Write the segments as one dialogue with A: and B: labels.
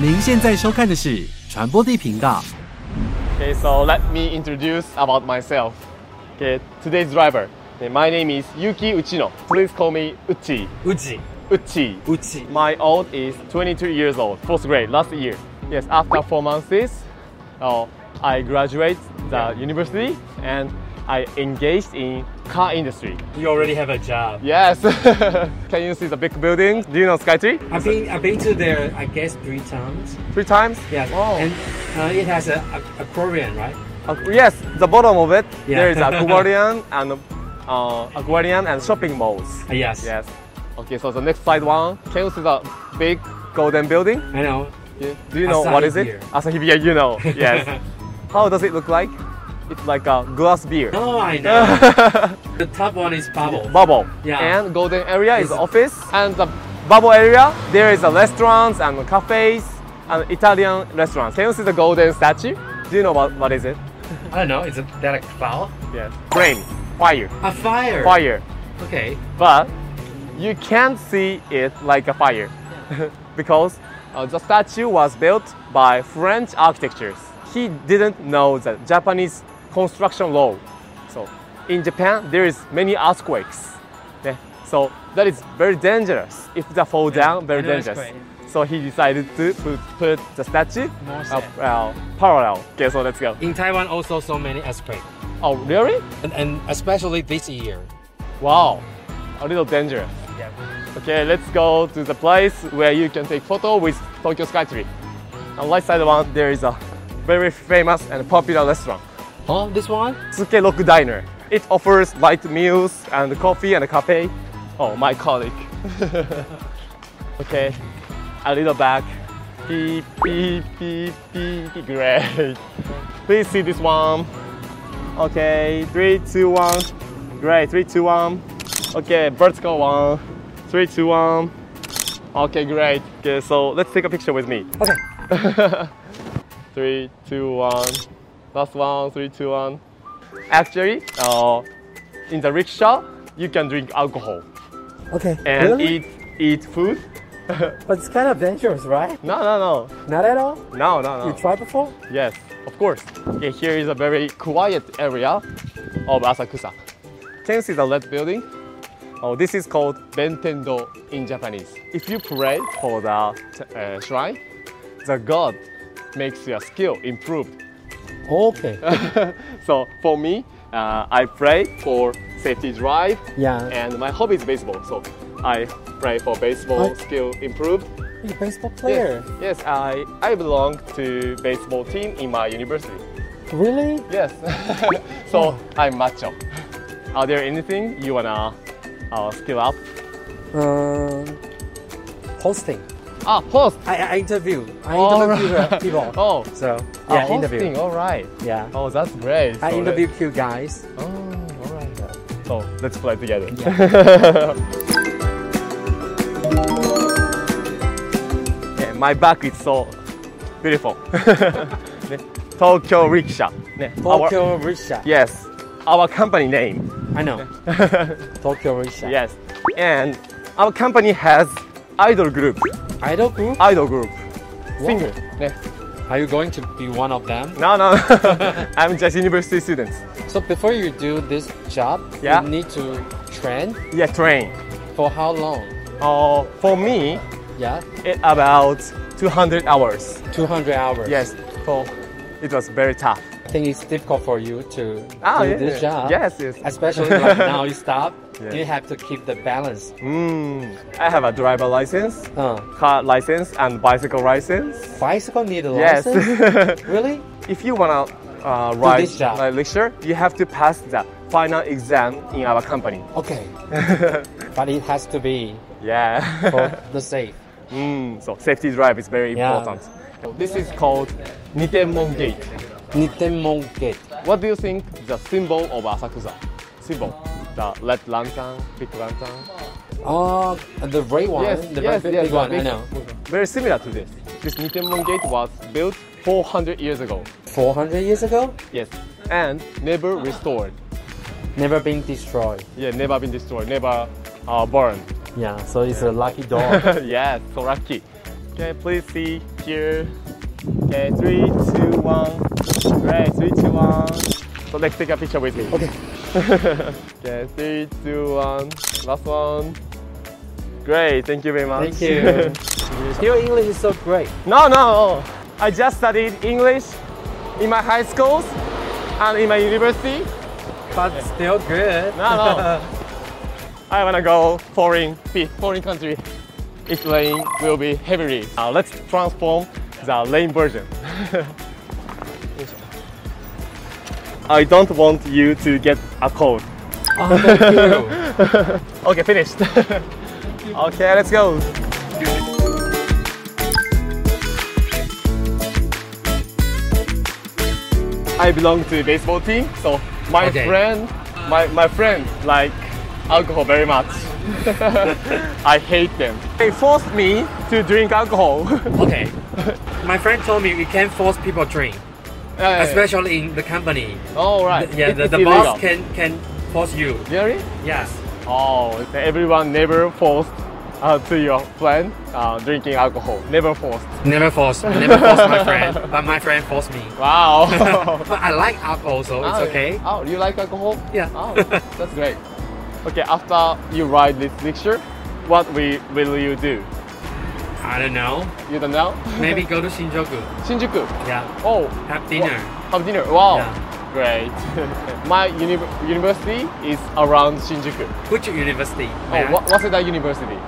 A: 您现在收看的是传播地频道。
B: Okay, so let me introduce about myself. Okay, today's driver. Okay, my name is Yuki Uchino. Please call me Uchi.
C: Uchi.
B: Uchi.
C: Uchi.
B: My old is 22 years old, fourth grade, last year. Yes, after four months, uh, I graduate the university and I engaged in car industry.
C: You already have a job.
B: Yes. Can you see the big building? Do you know Skytree?
C: I've been I've been to there I guess three times.
B: Three times?
C: Yes.
B: Oh.
C: And uh, it has a, a aquarium, right?
B: Uh, yes, the bottom of it,
C: Yeah.
B: there is aquarium and uh, aquarium and shopping malls.
C: Uh, yes.
B: Yes. Okay, so the next slide one, can you see the big golden building?
C: I know.
B: Yeah. Do you know what is it? Asahi Beer, you know. Yes. How does it look like? It's like a glass beer.
C: Oh, I know. the top one is bubble.
B: bubble.
C: Yeah.
B: And golden area
C: Is-
B: is office. And the bubble area, there is a restaurants and cafes and Italian restaurants. Can you see the golden statue? Do you know what, what is it?
C: I don't know. Is it that a foul?
B: Yes. Flame. Fire.
C: A fire.
B: Fire.
C: Okay.
B: but you can't see it like a fire because uh, the statue was built by French architectures. He didn't know the Japanese construction law. So in Japan, there is many earthquakes. Yeah. So that is very dangerous. If they fall down, very
C: an
B: dangerous.
C: earthquake.
B: So he decided to put, put the statue
C: More
B: uh,
C: sad.
B: uh, parallel. Okay, so let's go.
C: In Taiwan, also so many earthquakes,
B: Oh, really?
C: and, and especially this year.
B: Wow, a little dangerous.
C: Yeah.
B: Okay, let's go to the place where you can take photo with Tokyo Skytree. On right side one, there is a very famous and popular restaurant,
C: Oh, this one?
B: Tsuke Roku Diner. It offers light meals and coffee and a cafe. Oh, my colleague. okay, a little back. Beep, beep, beep, beep. beep. Great. Please see this one. Okay, three, two, one. Great, three, two, one. Okay, vertical one. Three, two, one. Okay, great. Okay, so let's take a picture with me. Okay. three, two, one. Last one, three, two, one. Actually, uh, in the rickshaw, you can drink alcohol
C: Okay.
B: and eat eat food.
C: But it's kind of dangerous, right?
B: No, no,
C: Not at all.
B: no, no, no, no.
C: tried before?
B: Yes, of course. Okay, here is a very quiet area of Asakusa. Can you see the red building? Oh, this is called Bentendo in Japanese. If you pray for the uh, shrine, the god makes your skill improved.
C: Okay.
B: So for me, uh, I pray for safety drive,
C: Yeah.
B: and my hobby is baseball. So I pray for baseball
C: Huh?
B: skill improved.
C: You're a baseball
B: Yes, yes, I, I belong to baseball team in my university.
C: Really?
B: Yes.
C: Oh.
B: so I'm macho. Are there anything you wanna uh, skill up?
C: Um, hosting.
B: Ah, host.
C: I, I interview. I
B: All
C: interview
B: right.
C: uh, people.
B: Oh,
C: So
B: ah,
C: yeah,
B: hosting.
C: interview.
B: All right.
C: Yeah.
B: Oh, that's great.
C: I
B: So
C: interview cute guys.
B: let's- Oh, all right. So let's play together. Yeah, my back is so beautiful. ね Tokyo rickshaw. ね our-
C: Tokyo Risha.
B: Yes, our company name.
C: I know. Tokyo Risha.
B: Yes, and our company has idol group,
C: Idol group.
B: idol group,
C: Wow.
B: singer. ね
C: Are you going to be one of them?
B: No, no, I'm just university students.
C: So before you do this job,
B: Yeah.
C: you need to train
B: Yeah, train.
C: for how long?
B: Uh, for me,
C: Yeah,
B: it about 200 hours.
C: 200 hours.
B: Yes, so it was very tough.
C: I think it's difficult for you to
B: Ah,
C: do
B: yeah,
C: this
B: yeah.
C: job.
B: Yes, yes.
C: Especially like now you stop,
B: Yeah.
C: you have to keep the balance.
B: Mm, I have a driver license,
C: Uh,
B: car license, and bicycle license.
C: bicycle need a
B: Yes.
C: license? Really?
B: if you wanna uh, ride
C: this job.
B: my lecture, you have to pass the final exam in our company.
C: Okay. but it has to be
B: Yeah.
C: for the safe.
B: Mm, so safety drive is very
C: Yeah.
B: important. This is called Nitenmon Gate.
C: Nitenmon gate.
B: What do you think the symbol of Asakusa? Symbol, the red lantern, big lantern.
C: Oh, the red one. the red big
B: the
C: one. I
B: big-
C: know.
B: Very similar to this. This Nitenmon Gate was built 400 years ago.
C: 400 years ago,
B: Yes, and never restored.
C: never been destroyed.
B: Yeah, never been destroyed, never uh, burned.
C: Yeah, so it's a lucky door.
B: yes, so lucky. Okay, please see here. Okay, three, two, one. Great, three, two, one. So let's take a picture with me. Okay. okay, three, two, one. Last one. Great, thank you very much.
D: Thank you. Your English is so great.
B: No, no. I just studied English in my high schools and in my university.
D: But still good.
B: No, no. I wanna go foreign, be- foreign country. Each lane will be heavily. Now let's transform the lane version. I don't want you to get a cold.
D: Oh, thank you.
B: Okay, finished. okay, let's go. I belong to baseball team, so my
D: Okay.
B: friend, my, my friend like alcohol very much. I hate them. They forced me to drink alcohol.
C: Okay. My friend told me we can't force people drink, especially in the company.
B: All right.
C: Yeah,
B: It-
C: the,
B: it's
C: the boss
B: illegal.
C: can can force you.
B: Really?
C: Yes.
B: Oh, everyone never forced uh, to your friend uh, drinking alcohol. Never forced.
C: Never force. Never force my friend, but my friend forced me.
B: Wow.
C: But I like alcohol, so it's okay.
B: Oh, you like alcohol?
C: Yeah.
B: Oh, that's great. Okay, after you ride this lecture, what we will you do?
C: I don't know.
B: You don't know?
C: Maybe go to Shinjuku.
B: Shinjuku.
C: Yeah.
B: Oh.
C: Have dinner.
B: Wa- have dinner. Wow.
C: Yeah.
B: Great. My uni- university is around Shinjuku.
C: Which university?
B: Oh,
C: May I-
B: Wa- Waseda University.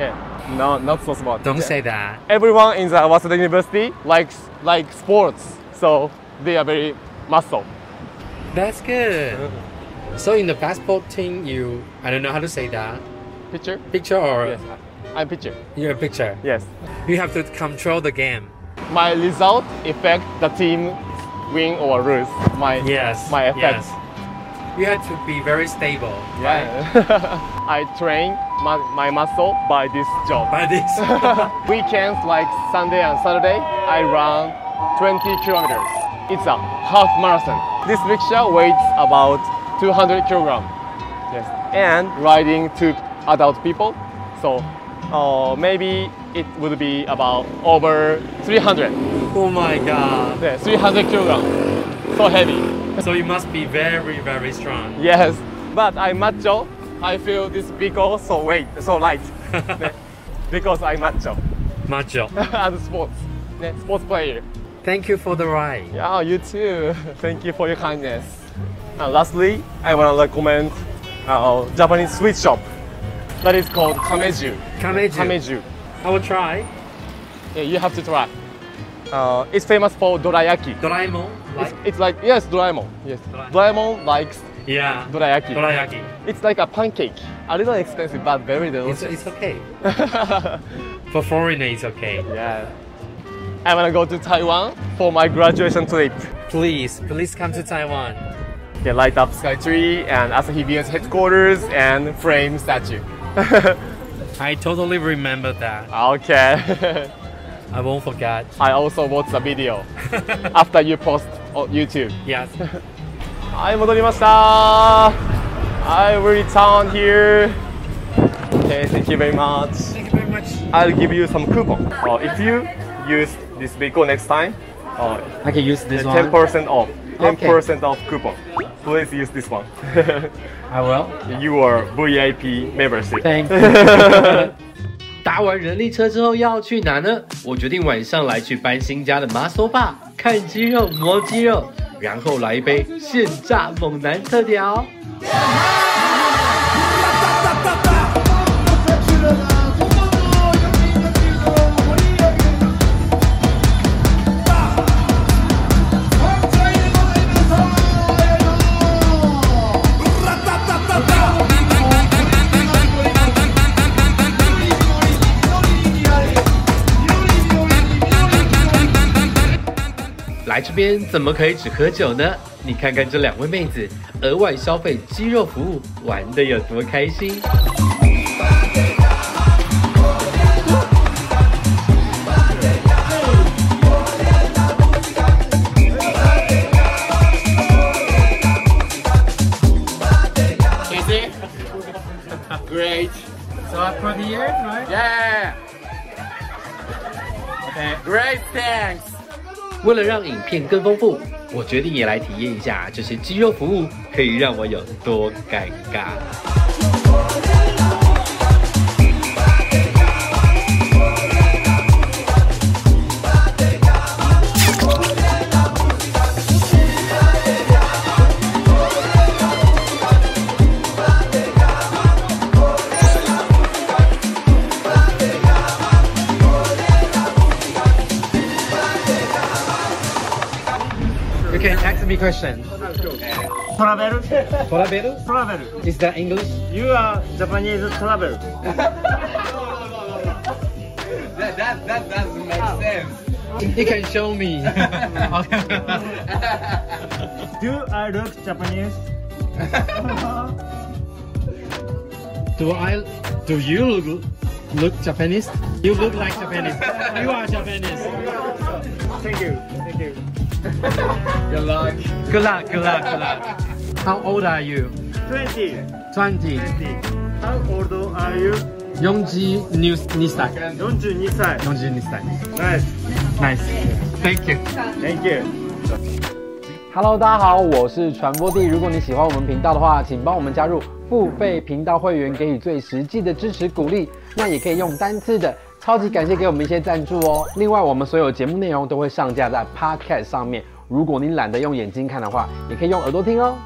B: Yeah. No, not so smart.
C: Don't
B: Yeah.
C: say that.
B: Everyone in the Waseda University likes like sports, so they are very muscle.
C: That's good.
B: Uh-huh.
C: So in the passport thing, you I don't know how to say that
B: Pitcher?
C: picture or
B: Yes. I- I'm pitcher.
C: your picture.
B: Yes.
C: You have to control the game.
B: my result affect the team win or lose. My
C: Yes.
B: my effect.
C: yes. You have to be very stable.
B: Yeah. I train my, my muscle by this job.
C: By this.
B: Weekends like Sunday and Saturday, I run 20 kilometers. It's a half marathon. This rickshaw weighs about 200 kilograms. Yes. And riding two adult people, so uh, maybe it would be about over 300.
C: oh my god.
B: Yeah, 300 kilograms. So heavy.
C: So you must be very, very strong.
B: Yes, but I'm macho. I feel this because so weight, so light. because I'm macho
C: Macho.
B: and sports, yeah, sports player.
C: Thank you for the ride.
B: Yeah, you too. Thank you for your kindness. And lastly, I want to recommend uh, Japanese sweet shop that is called Kameju.
C: Kameju.
B: Kameju.
C: I will try.
B: Yeah, you have to try. Uh, it's famous for dorayaki.
C: Doraemon. Like.
B: It's, it's like yes, Doraemon. Yes,
C: Doraemon.
B: Doraemon likes
C: Yeah.
B: dorayaki.
C: Dorayaki.
B: It's like a pancake. A little expensive, but very
C: It's,
B: delicious.
C: it's okay. For foreigner, it's okay.
B: Yeah. I'm gonna go to Taiwan for my graduation trip.
C: Please, please come to Taiwan.
B: They light up Skytree and Asahi Beer's headquarters and frame statue.
C: I totally remember that.
B: okay.
C: I won't forget.
B: I also watched the video after you post on YouTube.
C: Yes.
B: はい、戻りました。はい、we return here. Okay, thank you very much.
C: Thank you very much.
B: I'll give you some coupon. Uh, if you use this vehicle next time, uh,
D: I can use this one.
B: 10% off. 10%
D: Okay.
B: off coupon. Please use this one.
D: I will.
B: You are VIP membership.
D: Thank you.
C: 搭完人力车之后要去哪呢？我决定晚上来去搬新家的麻索吧，看肌肉磨肌肉，然后来一杯现榨猛男特调。来这边怎么可以只喝酒呢？你看看这两位妹子，额外消费肌肉服务，玩的有多开心！
B: Is it? Great. So I put here, right? Yeah.
E: Great, thanks.
F: 为了让影片更丰富，我决定也来体验一下这些肌肉服务可以让我有多尴尬。
G: You can ask me question.
B: Travel,
G: Toraberu?
B: travel.
G: Is that English?
B: You are Japanese travel.
G: That, that, that doesn't make sense. You can show me.
B: Do I look Japanese?
G: do I? Do you look, look Japanese? You look like Japanese. You are Japanese.
B: Thank you, thank you.
G: Good luck. Good luck. Good luck. Good luck. How old are you?
B: Twenty.
G: Twenty.
B: How old are you?
G: 42 new Nissan.
B: 42歳。
G: 42 Nissan.
B: Nice.
G: Nice. Thank you.
B: Thank you.
C: Hello，大家好，我是传播帝。如果你喜欢我们频道的话，请帮我们加入付费频道会员，给予最实际的支持鼓励。那也可以用单次的，超级感谢给我们一些赞助哦。另外，我们所有节目内容都会上架在 Podcast 上面，如果你懒得用眼睛看的话，也可以用耳朵听哦。